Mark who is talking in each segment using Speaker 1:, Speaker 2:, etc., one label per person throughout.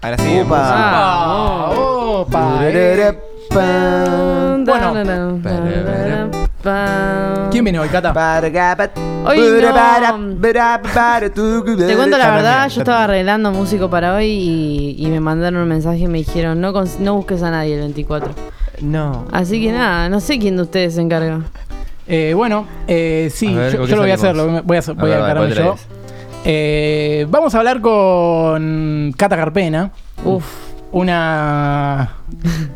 Speaker 1: Ahora sí.
Speaker 2: Upa.
Speaker 3: Ah, opa, eh.
Speaker 2: Turururapam.
Speaker 3: Bueno. ¿Quién viene hoy, Cata?
Speaker 2: Paragapat.
Speaker 4: Hoy no.
Speaker 2: Burabara, burabara, tucu-
Speaker 4: Te cuento la
Speaker 2: También,
Speaker 4: verdad, yo
Speaker 2: también.
Speaker 4: estaba arreglando músico para hoy y, y me mandaron un mensaje y me dijeron, no, cons- no busques a nadie el 24.
Speaker 2: No.
Speaker 4: Así que nada, no sé quién de ustedes se encarga.
Speaker 3: Eh, bueno, eh, sí,
Speaker 1: A ver,
Speaker 3: yo,
Speaker 1: ¿con
Speaker 3: yo
Speaker 1: qué
Speaker 3: lo voy a hacer,
Speaker 1: salimos?
Speaker 3: lo voy a, hacer- voy a,
Speaker 1: A ver,
Speaker 3: encargarme
Speaker 1: dale,
Speaker 3: yo.
Speaker 1: ¿cuál
Speaker 3: Eh, vamos a hablar con Cata Carpena,
Speaker 4: Uf,
Speaker 3: una,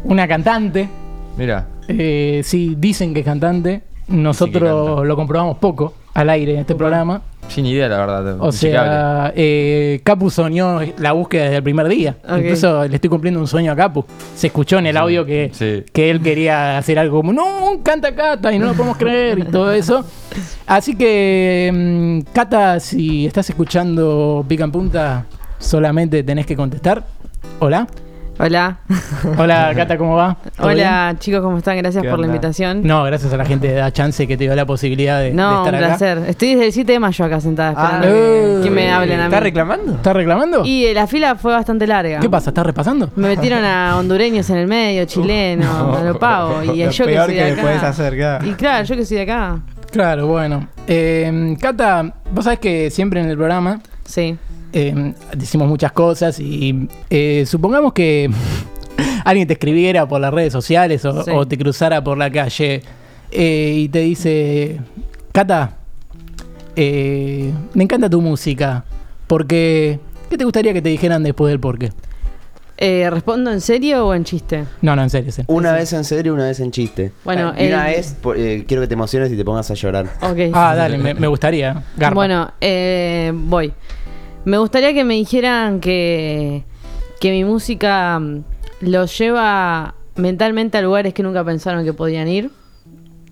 Speaker 3: una cantante.
Speaker 1: Mira.
Speaker 3: Eh, sí, dicen que es cantante. Nosotros
Speaker 1: canta.
Speaker 3: lo comprobamos poco al aire en este programa.
Speaker 1: Sin idea, la verdad.
Speaker 3: O
Speaker 1: impecable.
Speaker 3: sea, eh, Capu soñó la búsqueda desde el primer día.
Speaker 4: Ok.
Speaker 3: Incluso le estoy cumpliendo un sueño a Capu. Se escuchó en el audio que,
Speaker 1: sí.
Speaker 3: que él quería hacer algo como, no, canta Cata y no lo podemos creer y todo eso. Así que, mm, Cata, si estás escuchando Pica en Punta, solamente tenés que contestar. Hola.
Speaker 4: hola.
Speaker 3: Hola, Cata, ¿cómo va? ¿Todo
Speaker 4: hola chicos, ¿cómo están? Gracias
Speaker 1: ¿Qué
Speaker 4: por la
Speaker 1: onda?
Speaker 3: bien?
Speaker 4: invitación.
Speaker 3: No, gracias a la gente de Da Chance que te dio la posibilidad de, de
Speaker 4: No, un
Speaker 3: estar acá.
Speaker 4: placer. Estoy desde el 7 de mayo acá sentada esperando
Speaker 3: eh,
Speaker 4: que, que me hablen a mí.
Speaker 2: ¿Está reclamando?
Speaker 3: ¿Estás reclamando?
Speaker 4: Y eh, la fila fue bastante larga.
Speaker 3: ¿Qué pasa? ¿Estás repasando?
Speaker 4: Me metieron a hondureños en el medio, chilenos, a lo pavo. Y
Speaker 5: Lo
Speaker 4: yo que
Speaker 5: peor
Speaker 4: soy
Speaker 5: que
Speaker 4: de
Speaker 5: le
Speaker 4: acá.
Speaker 5: puedes hacer, claro.
Speaker 4: Y claro, yo que soy de acá.
Speaker 3: Claro, bueno. Eh, Cata, vos sabés que siempre en el programa
Speaker 4: Sí.
Speaker 3: eh, decimos muchas cosas y eh, supongamos que alguien te escribiera por las redes sociales o,
Speaker 4: Sí.
Speaker 3: o te cruzara por la calle eh, y te dice, Cata, eh, me encanta tu música, porque ¿qué te gustaría que te dijeran después del por qué?
Speaker 4: Eh, ¿Respondo en serio o en chiste?
Speaker 3: No, no, en serio. en serio.
Speaker 2: Una vez en serio y una vez en chiste.
Speaker 4: Bueno,
Speaker 2: Y una
Speaker 4: el-
Speaker 2: vez, por- eh, quiero que te emociones y te pongas a llorar.
Speaker 4: Ok.
Speaker 3: Ah, dale, me, me gustaría. Garpa.
Speaker 4: Bueno, eh, voy. Me gustaría que me dijeran que, que mi música mm, los lleva mentalmente a lugares que nunca pensaron que podían ir.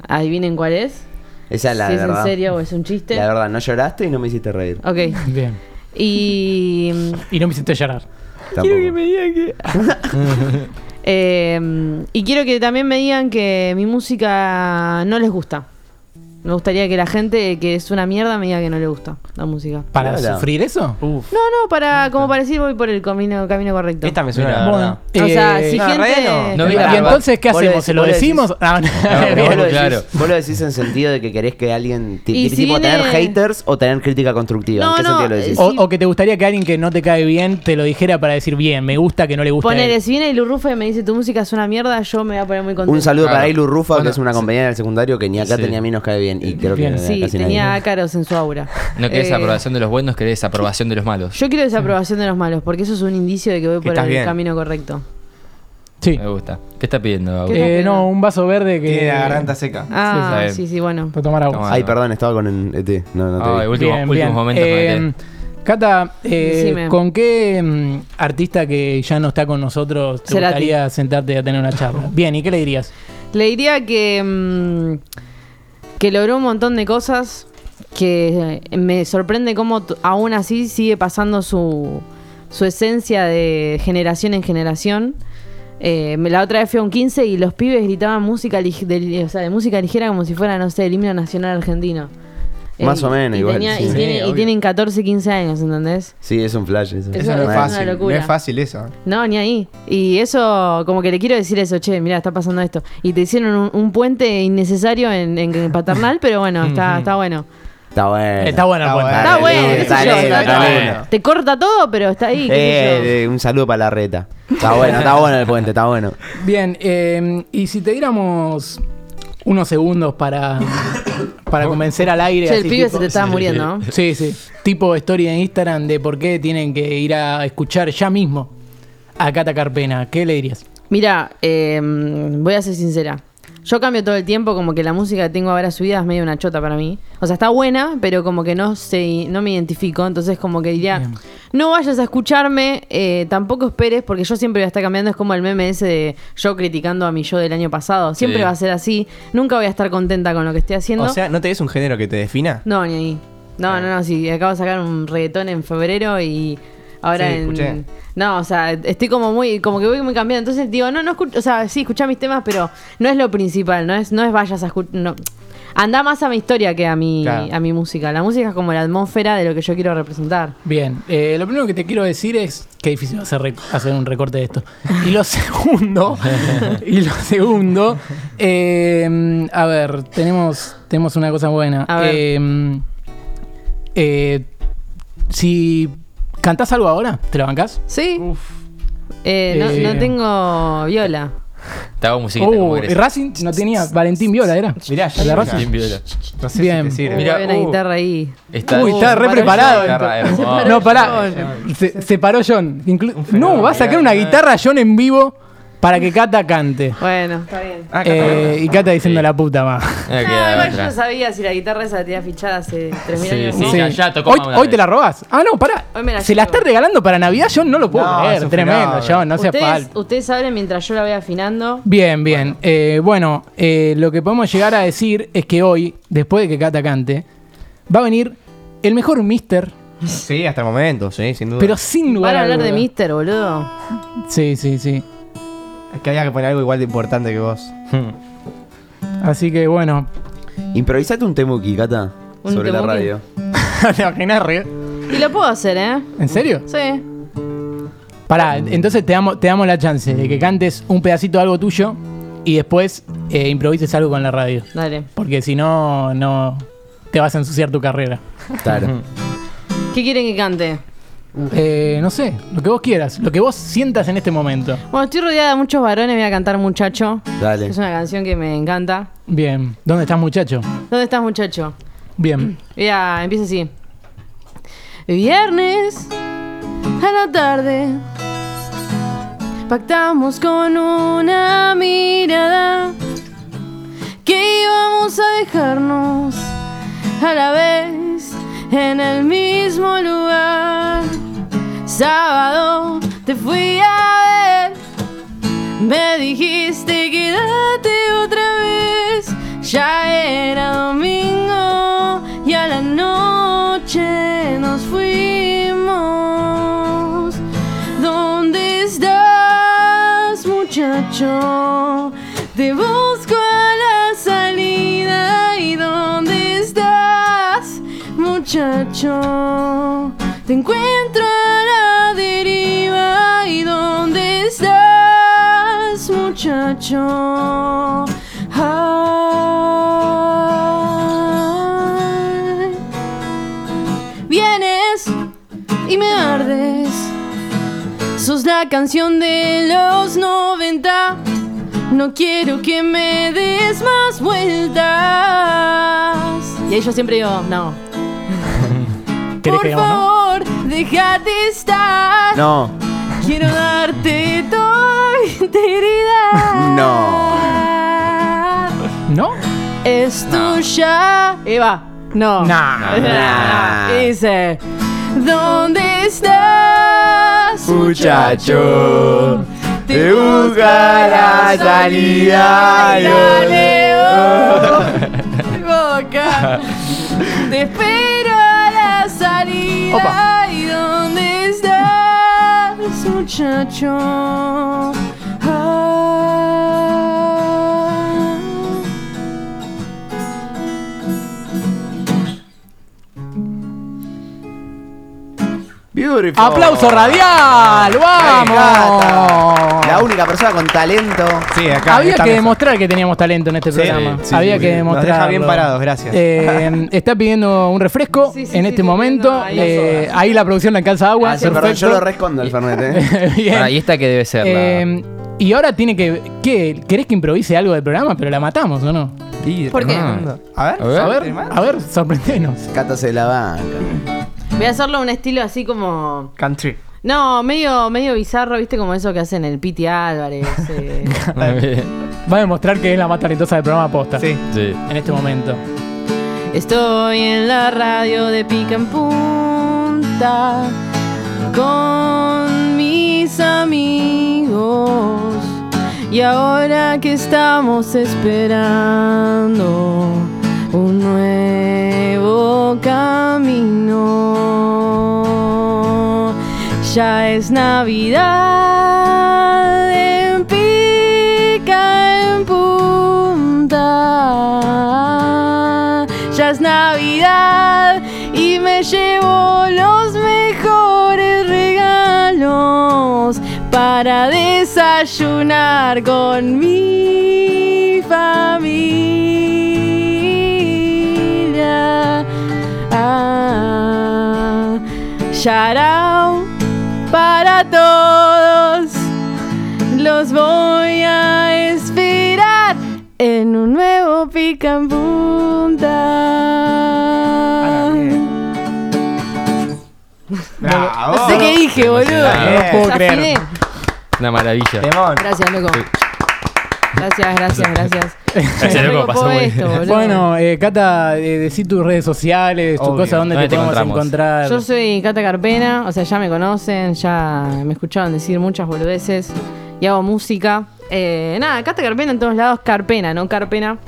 Speaker 4: Adivinen cuál es.
Speaker 2: Esa es la
Speaker 4: si es
Speaker 2: verdad.
Speaker 4: en serio Ah, o es un chiste.
Speaker 2: La verdad, no lloraste y no me hiciste reír.
Speaker 4: Ok.
Speaker 3: Bien.
Speaker 4: Y mm,
Speaker 3: Y no me hiciste llorar.
Speaker 2: Tampoco.
Speaker 4: Eh, y quiero que también me digan que mi música no les gusta. Me gustaría que la gente que es una mierda me diga que no le gusta la música.
Speaker 3: ¿Para
Speaker 2: Claro.
Speaker 3: sufrir eso?
Speaker 5: Uf.
Speaker 4: No, no, para como para decir voy por el camino, camino correcto.
Speaker 5: Esta me
Speaker 1: Mira,
Speaker 5: suena.
Speaker 1: bueno.
Speaker 5: Bueno.
Speaker 4: o sea,
Speaker 3: Eh,
Speaker 4: si
Speaker 5: no,
Speaker 4: gente...
Speaker 5: re
Speaker 1: No,
Speaker 5: no.
Speaker 3: y,
Speaker 1: mira,
Speaker 3: y entonces, ¿qué
Speaker 2: vos lo
Speaker 3: hacemos?
Speaker 2: decís,
Speaker 3: ¿Se lo
Speaker 2: vos lo
Speaker 3: decimos? Ah, no.
Speaker 1: Claro,
Speaker 2: Vos lo,
Speaker 1: Claro.
Speaker 2: decís, vos lo decís en sentido de que querés que alguien ti-
Speaker 4: Y
Speaker 2: tipo
Speaker 4: si viene-
Speaker 2: tener haters o tener crítica constructiva.
Speaker 4: No,
Speaker 2: ¿En qué
Speaker 4: no,
Speaker 2: sentido lo decís?
Speaker 4: eh,
Speaker 3: O,
Speaker 4: Sí.
Speaker 3: o que te gustaría que alguien que no te cae bien te lo dijera para decir bien, me gusta que no le gusta.
Speaker 4: Ponele, si viene el Urrufe y me dice tu música es una mierda, yo me voy a poner muy contento.
Speaker 2: Un saludo
Speaker 1: Claro.
Speaker 2: para Ailu Rufa,
Speaker 1: Bueno,
Speaker 2: que es una compañera del secundario que ni acá
Speaker 1: Sí.
Speaker 2: tenía a mí nos cae bien. Y creo que
Speaker 3: Bien.
Speaker 2: no le
Speaker 4: Sí,
Speaker 2: casi
Speaker 4: tenía
Speaker 2: nadie.
Speaker 4: ácaros en su aura.
Speaker 1: No querés
Speaker 4: Eh,
Speaker 1: aprobación de los buenos, querés aprobación de los malos.
Speaker 4: Yo quiero desaprobación de los malos, porque eso es un indicio de que voy por
Speaker 5: estás
Speaker 4: el
Speaker 5: bien.
Speaker 4: camino correcto.
Speaker 3: Sí.
Speaker 1: Me gusta. ¿Qué está pidiendo? Agus?
Speaker 4: ¿Qué?
Speaker 3: Eh, no, un vaso verde que.
Speaker 5: Tiene la garganta seca.
Speaker 4: Ah,
Speaker 1: está bien.
Speaker 4: sí, sí, bueno.
Speaker 3: Para tomar agua.
Speaker 1: Toma.
Speaker 2: Ay,
Speaker 1: Bueno.
Speaker 2: perdón, estaba con el ET. No, no te
Speaker 1: Ay,
Speaker 2: vi.
Speaker 1: último-
Speaker 3: Bien,
Speaker 1: últimos
Speaker 3: bien.
Speaker 1: momentos con
Speaker 3: Eh,
Speaker 1: el
Speaker 3: Cata, eh,
Speaker 4: Decime.
Speaker 3: ¿con qué mm, artista que ya no está con nosotros te
Speaker 4: Cerati.
Speaker 3: gustaría sentarte a tener una charla? Bien, ¿y qué le dirías?
Speaker 4: Le diría que, mm, que logró un montón de cosas que eh, me sorprende cómo t- aún así sigue pasando su, su esencia de generación en generación. Eh, me- la otra vez fui a un 15 y los pibes gritaban música lig- de, li- o sea, de música ligera como si fuera, no sé, el himno nacional argentino. Eh,
Speaker 2: Más o menos,
Speaker 4: y
Speaker 2: igual,
Speaker 4: tenía-
Speaker 2: sí.
Speaker 4: y,
Speaker 2: Sí,
Speaker 4: tiene- y
Speaker 5: obvio.
Speaker 4: tienen 14, 15 años, ¿entendés?
Speaker 2: Sí, es un flash. Eso,
Speaker 5: Eso
Speaker 4: Eso
Speaker 5: no
Speaker 4: es
Speaker 5: es
Speaker 4: una
Speaker 5: fácil. No
Speaker 4: locura.
Speaker 5: es fácil eso.
Speaker 4: No, ni ahí. Y eso, como que le quiero decir eso, che, mira, está pasando esto. Y te hicieron un, un puente innecesario en, en- en paternal, pero bueno, está, está bueno.
Speaker 2: Está bueno.
Speaker 3: Está bueno el
Speaker 4: Está
Speaker 3: puente.
Speaker 5: Está Dale,
Speaker 4: bueno,
Speaker 5: dale,
Speaker 4: qué sé
Speaker 2: dale,
Speaker 4: yo, está
Speaker 2: dale.
Speaker 4: todo. Te corta todo, pero está ahí. qué sé yo.
Speaker 2: Eh, eh, un saludo para la reta. Está bueno, está bueno el puente, está bueno.
Speaker 3: Bien, eh, y si te diéramos unos segundos para, para convencer al aire.
Speaker 4: Che, el
Speaker 3: así
Speaker 4: pibe
Speaker 3: tipo-
Speaker 4: se te estaba muriendo, ¿no?
Speaker 3: Sí, sí. Tipo historia en Instagram de por qué tienen que ir a escuchar ya mismo a Cata Carpena. ¿Qué le dirías?
Speaker 4: Mira, eh, voy a ser sincera. Yo cambio todo el tiempo, como que la música que tengo ahora subida es medio una chota para mí. O sea, está buena, pero como que no sé, no me identifico. Entonces, como que diría, no vayas a escucharme, eh, tampoco esperes, porque yo siempre voy a estar cambiando. Es como el meme ese de yo criticando a mi yo del año pasado. Siempre
Speaker 1: Sí.
Speaker 4: va a ser así. Nunca voy a estar contenta con lo que estoy haciendo.
Speaker 5: O sea, ¿no te ves un género que te defina?
Speaker 4: No, ni ahí. No, no, no, sí, acabo de sacar un reggaetón en febrero y ahora
Speaker 5: Sí,
Speaker 4: en...
Speaker 5: escuché.
Speaker 4: No, o sea, estoy como muy, como que voy muy cambiando. Entonces digo, no, no escucho, o sea, sí, escuchá mis temas, pero no es lo principal, no es, no es vayas a escuchar, no. Anda más a mi historia que a mi,
Speaker 5: Claro.
Speaker 4: a mi música. La música es como la atmósfera de lo que yo quiero representar.
Speaker 3: Bien, eh, lo primero que te quiero decir es que difícil va a ser re- hacer un recorte de esto. Y lo segundo, y lo segundo, eh, a ver, tenemos, tenemos una cosa buena.
Speaker 4: A ver.
Speaker 3: Eh, eh, si cantás algo ahora, ¿te la bancás?
Speaker 4: ¿Sí? Eh, no-
Speaker 3: Eh.
Speaker 4: no, tengo viola.
Speaker 1: Te hago musiquita como
Speaker 4: Uh,
Speaker 3: Oh, y
Speaker 1: eres.
Speaker 3: Racing no tenía Valentín Viola, ¿era.
Speaker 5: Mirá, ya
Speaker 3: La
Speaker 5: la
Speaker 3: Rosa.
Speaker 1: Bien, Viola.
Speaker 5: No sé
Speaker 3: Bien.
Speaker 5: si te sirve.
Speaker 1: Mirá,
Speaker 4: Mirá, una
Speaker 1: uh.
Speaker 4: guitarra ahí.
Speaker 1: Está,
Speaker 3: Uy, está re
Speaker 4: paró
Speaker 3: preparado.
Speaker 4: John.
Speaker 1: Guitarra,
Speaker 3: entonces.
Speaker 1: hermoso.
Speaker 3: No, pará.
Speaker 1: Ah,
Speaker 3: Se, se paró John. Inclu-
Speaker 5: fenómeno.
Speaker 3: no, va a sacar una guitarra John en vivo para que Cata cante.
Speaker 4: Bueno, está bien.
Speaker 5: Ah, acá
Speaker 3: Eh, y Cata diciendo
Speaker 1: Sí.
Speaker 3: la puta más.
Speaker 1: No me queda
Speaker 4: Ah, igual
Speaker 1: otra.
Speaker 4: yo sabía si la guitarra esa la tenía fichada hace 3.000
Speaker 1: Sí,
Speaker 4: años.
Speaker 1: sí.
Speaker 4: ¿no?
Speaker 1: ya- ya tocó
Speaker 3: hoy,
Speaker 1: más una
Speaker 3: hoy
Speaker 1: vez.
Speaker 3: te la robás. Ah, no, pará.
Speaker 4: Hoy me la
Speaker 3: Se la
Speaker 4: llevo.
Speaker 3: estás regalando para Navidad, John. No lo puedo
Speaker 5: No, es
Speaker 3: creer.
Speaker 5: un
Speaker 3: Tremendo,
Speaker 5: fenómeno.
Speaker 3: John. No seas
Speaker 4: ustedes,
Speaker 3: falso.
Speaker 4: ustedes hablen mientras yo la voy afinando.
Speaker 3: Bien, bien. Eh, Bueno, eh, lo que podemos llegar a decir es que hoy, después de que Cata cante, va a venir el mejor Mister,
Speaker 5: Sí, hasta el momento, sí, sin duda.
Speaker 3: pero sin lugar
Speaker 4: Van a hablar
Speaker 3: duda.
Speaker 4: de Mister, boludo.
Speaker 3: Sí, sí, sí.
Speaker 5: Es que había que poner algo igual de importante que vos.
Speaker 3: Así que bueno.
Speaker 2: Improvisate un temuki, Cata.
Speaker 4: ¿Un
Speaker 2: sobre la
Speaker 4: temuki?
Speaker 2: radio.
Speaker 3: ¿Te imaginas, re-
Speaker 4: Y lo puedo hacer, ¿eh?
Speaker 3: ¿En serio?
Speaker 4: Sí.
Speaker 3: Pará, entonces te damos, te damos la chance de que
Speaker 5: Mm.
Speaker 3: cantes un pedacito de algo tuyo y después eh, improvises algo con la radio.
Speaker 4: Dale.
Speaker 3: Porque si no, no te vas a ensuciar tu carrera.
Speaker 2: Claro.
Speaker 4: ¿Qué quieren que cante?
Speaker 3: Eh, no sé, lo que vos quieras, lo que vos sientas en este momento.
Speaker 4: Bueno, estoy rodeada de muchos varones, voy a cantar Muchacho.
Speaker 2: Dale.
Speaker 4: Es una canción que me encanta.
Speaker 3: Bien, ¿dónde estás muchacho?
Speaker 4: ¿Dónde estás, muchacho?
Speaker 3: Bien.
Speaker 4: Ya, empieza así. Viernes a la tarde pactamos con una mirada que íbamos a dejarnos a la vez en el mismo lugar. Sábado te fui a ver me dijiste quédate otra vez. Ya era domingo y a la noche nos fuimos. ¿Dónde estás, muchacho? Te busco a la salida y dónde estás, muchacho? Te encuentro a la deriva y dónde estás, muchacho? Ay. Vienes y me ardes. Sos la canción de los 90. No quiero que me des más vueltas. Y ahí yo siempre digo, no.
Speaker 3: ¿Querés que
Speaker 4: Por
Speaker 3: digamos, no?
Speaker 4: favor, déjate estar.
Speaker 2: No.
Speaker 4: Quiero darte toda mi integridad. No.
Speaker 3: ¿No?
Speaker 4: Es tuya. Eva, no.
Speaker 3: Nah.
Speaker 2: Nah.
Speaker 4: Dice, ¿dónde estás?
Speaker 2: Muchacho,
Speaker 4: te busca la salida.
Speaker 2: y
Speaker 4: Dale, oh, boca. Te espero a la salida. ¿Y dónde estás, muchacho? Ah.
Speaker 2: Beautiful.
Speaker 3: ¡Aplauso radial! ¡Vamos!
Speaker 2: La única persona con talento.
Speaker 5: Sí, acá.
Speaker 3: Había
Speaker 5: esta
Speaker 3: que
Speaker 5: mesa.
Speaker 3: demostrar que teníamos talento en este
Speaker 5: Sí,
Speaker 3: programa.
Speaker 5: sí,
Speaker 3: Había
Speaker 5: sí,
Speaker 3: que Eh,
Speaker 5: sí. Nos
Speaker 3: demostrar.
Speaker 5: deja bien parados, gracias.
Speaker 3: Em, está pidiendo un refresco
Speaker 4: Sí, sí,
Speaker 3: en
Speaker 4: sí,
Speaker 3: este
Speaker 4: estoy
Speaker 3: momento.
Speaker 4: viendo, ahí
Speaker 3: Eh,
Speaker 4: sobra.
Speaker 3: ahí la producción la alcanza agua.
Speaker 2: Ah, sí, perdón,
Speaker 3: perfecto.
Speaker 2: yo lo rescondo el Fernet, eh.
Speaker 3: Bien.
Speaker 1: Pará, ¿y esta que debe ser? la-
Speaker 3: Eh, y ahora tiene que, ¿qué? ¿Querés que improvise algo del programa? Pero la matamos, ¿o no?
Speaker 5: Sí,
Speaker 4: ¿Por qué?
Speaker 1: Ah,
Speaker 5: tremendo. A ver,
Speaker 1: A ver.
Speaker 3: A ver, a ver, sorprendenos.
Speaker 2: Cata se la
Speaker 4: Eh,
Speaker 2: banca.
Speaker 4: Voy a hacerlo un estilo así como.
Speaker 5: Country.
Speaker 4: No, medio, medio bizarro, viste, como eso que hacen el Piti Álvarez. eh.
Speaker 3: Va a demostrar que es la más talentosa del programa posta.
Speaker 5: Sí.
Speaker 1: sí.
Speaker 3: En este momento.
Speaker 2: Eh,
Speaker 4: Estoy en la radio de pica en punta con mis amigos. Y ahora que estamos esperando un nuevo camino, ya es Navidad en pica en punta. me llevo los mejores regalos para desayunar con mi familia. Ah, Sharao para todos. Los voy a esperar en un nuevo pica en punta. No
Speaker 5: Bravo.
Speaker 4: sé qué dije, boludo.
Speaker 5: No lo puedo creer.
Speaker 4: Desafiné.
Speaker 1: Una maravilla.
Speaker 5: Temón.
Speaker 4: Gracias, loco. Gracias, gracias, gracias.
Speaker 1: Gracias, loco, pasó muy bien.
Speaker 4: boludo.
Speaker 3: Bueno, eh, Cata, eh, decí tus redes sociales, tus
Speaker 5: Obvio.
Speaker 3: cosas, dónde
Speaker 1: ¿Dónde
Speaker 3: te
Speaker 1: te
Speaker 3: podemos
Speaker 1: encontramos?
Speaker 3: encontrar.
Speaker 4: Yo soy Cata Carpena, o sea, ya me conocen, ya me escucharon decir muchas boludeces y hago música. Eh, nada, Cata Carpena en todos lados, Carpena, no Carpena.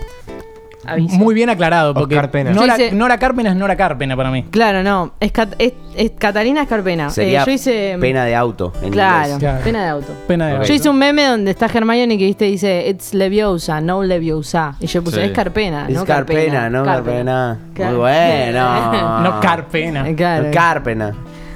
Speaker 4: Aviso.
Speaker 3: Muy bien aclarado, porque
Speaker 5: Oscar Pena.
Speaker 3: Nora,
Speaker 4: Yo hice-
Speaker 3: Nora Carpena es Nora Carpena para mí.
Speaker 4: Claro, no, es, Cat- es- es Catalina Escarpena.
Speaker 2: Sería
Speaker 4: Eh, yo hice.
Speaker 2: pena de auto. En
Speaker 4: claro,
Speaker 2: inglés.
Speaker 3: Claro.
Speaker 4: pena de auto.
Speaker 3: Pena de
Speaker 1: Ok.
Speaker 4: Yo hice un meme donde está Hermione que viste dice It's Leviosa, no Leviosa. Y yo puse,
Speaker 1: Sí.
Speaker 4: es Carpena,
Speaker 2: Es
Speaker 4: Ah, no
Speaker 2: Carpena, no Carpena. Muy
Speaker 4: Claro.
Speaker 2: bueno.
Speaker 3: No Carpena.
Speaker 4: Eh,
Speaker 2: Ah.
Speaker 4: Claro.
Speaker 2: No Carpena.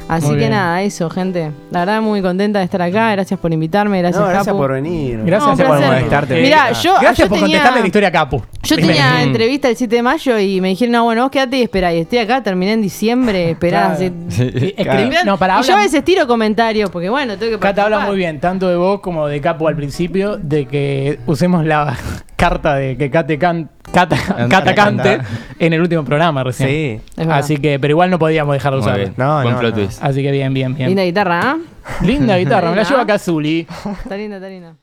Speaker 4: Así
Speaker 3: Muy
Speaker 4: que
Speaker 3: bien.
Speaker 4: nada, eso, gente. La verdad, muy contenta de estar acá. Gracias por invitarme. Gracias,
Speaker 2: No, gracias
Speaker 4: Capu.
Speaker 2: por venir.
Speaker 3: Gracias,
Speaker 4: No,
Speaker 3: por
Speaker 4: placer.
Speaker 3: molestarte.
Speaker 4: Mirá, yo-
Speaker 3: Gracias
Speaker 4: yo
Speaker 3: por
Speaker 4: tenía-
Speaker 3: contestarle la historia a Capu.
Speaker 4: Yo
Speaker 3: Primero.
Speaker 4: tenía entrevista el 7 de mayo y me dijeron, no, bueno, vos quedate y esperá. Y estoy acá, terminé en diciembre, esperá.
Speaker 3: Claro.
Speaker 4: hace-
Speaker 3: Y escribí-
Speaker 4: Mirá,
Speaker 3: No, para
Speaker 4: y yo a
Speaker 3: hablar.
Speaker 4: veces tiro comentarios, porque bueno, tengo que
Speaker 3: Cata habla
Speaker 4: participar.
Speaker 3: muy bien, tanto de vos como de Capu al principio, de que usemos la carta de que Cate can- Cata,
Speaker 5: Anda,
Speaker 3: Cata cante
Speaker 5: anda.
Speaker 3: en el último programa recién.
Speaker 5: Sí.
Speaker 4: Es verdad.
Speaker 3: Así que, pero igual no podíamos dejar de
Speaker 1: Muy
Speaker 3: usarla.
Speaker 1: bien.
Speaker 5: No,
Speaker 1: Buen
Speaker 5: no,
Speaker 1: plot
Speaker 5: no.
Speaker 1: twist.
Speaker 3: Así que bien, bien, bien.
Speaker 4: Linda
Speaker 3: Linda,
Speaker 4: guitarra, ¿ah?
Speaker 3: guitarra, me
Speaker 4: Linda.
Speaker 3: la lleva Kazuli.
Speaker 4: Está linda, está linda.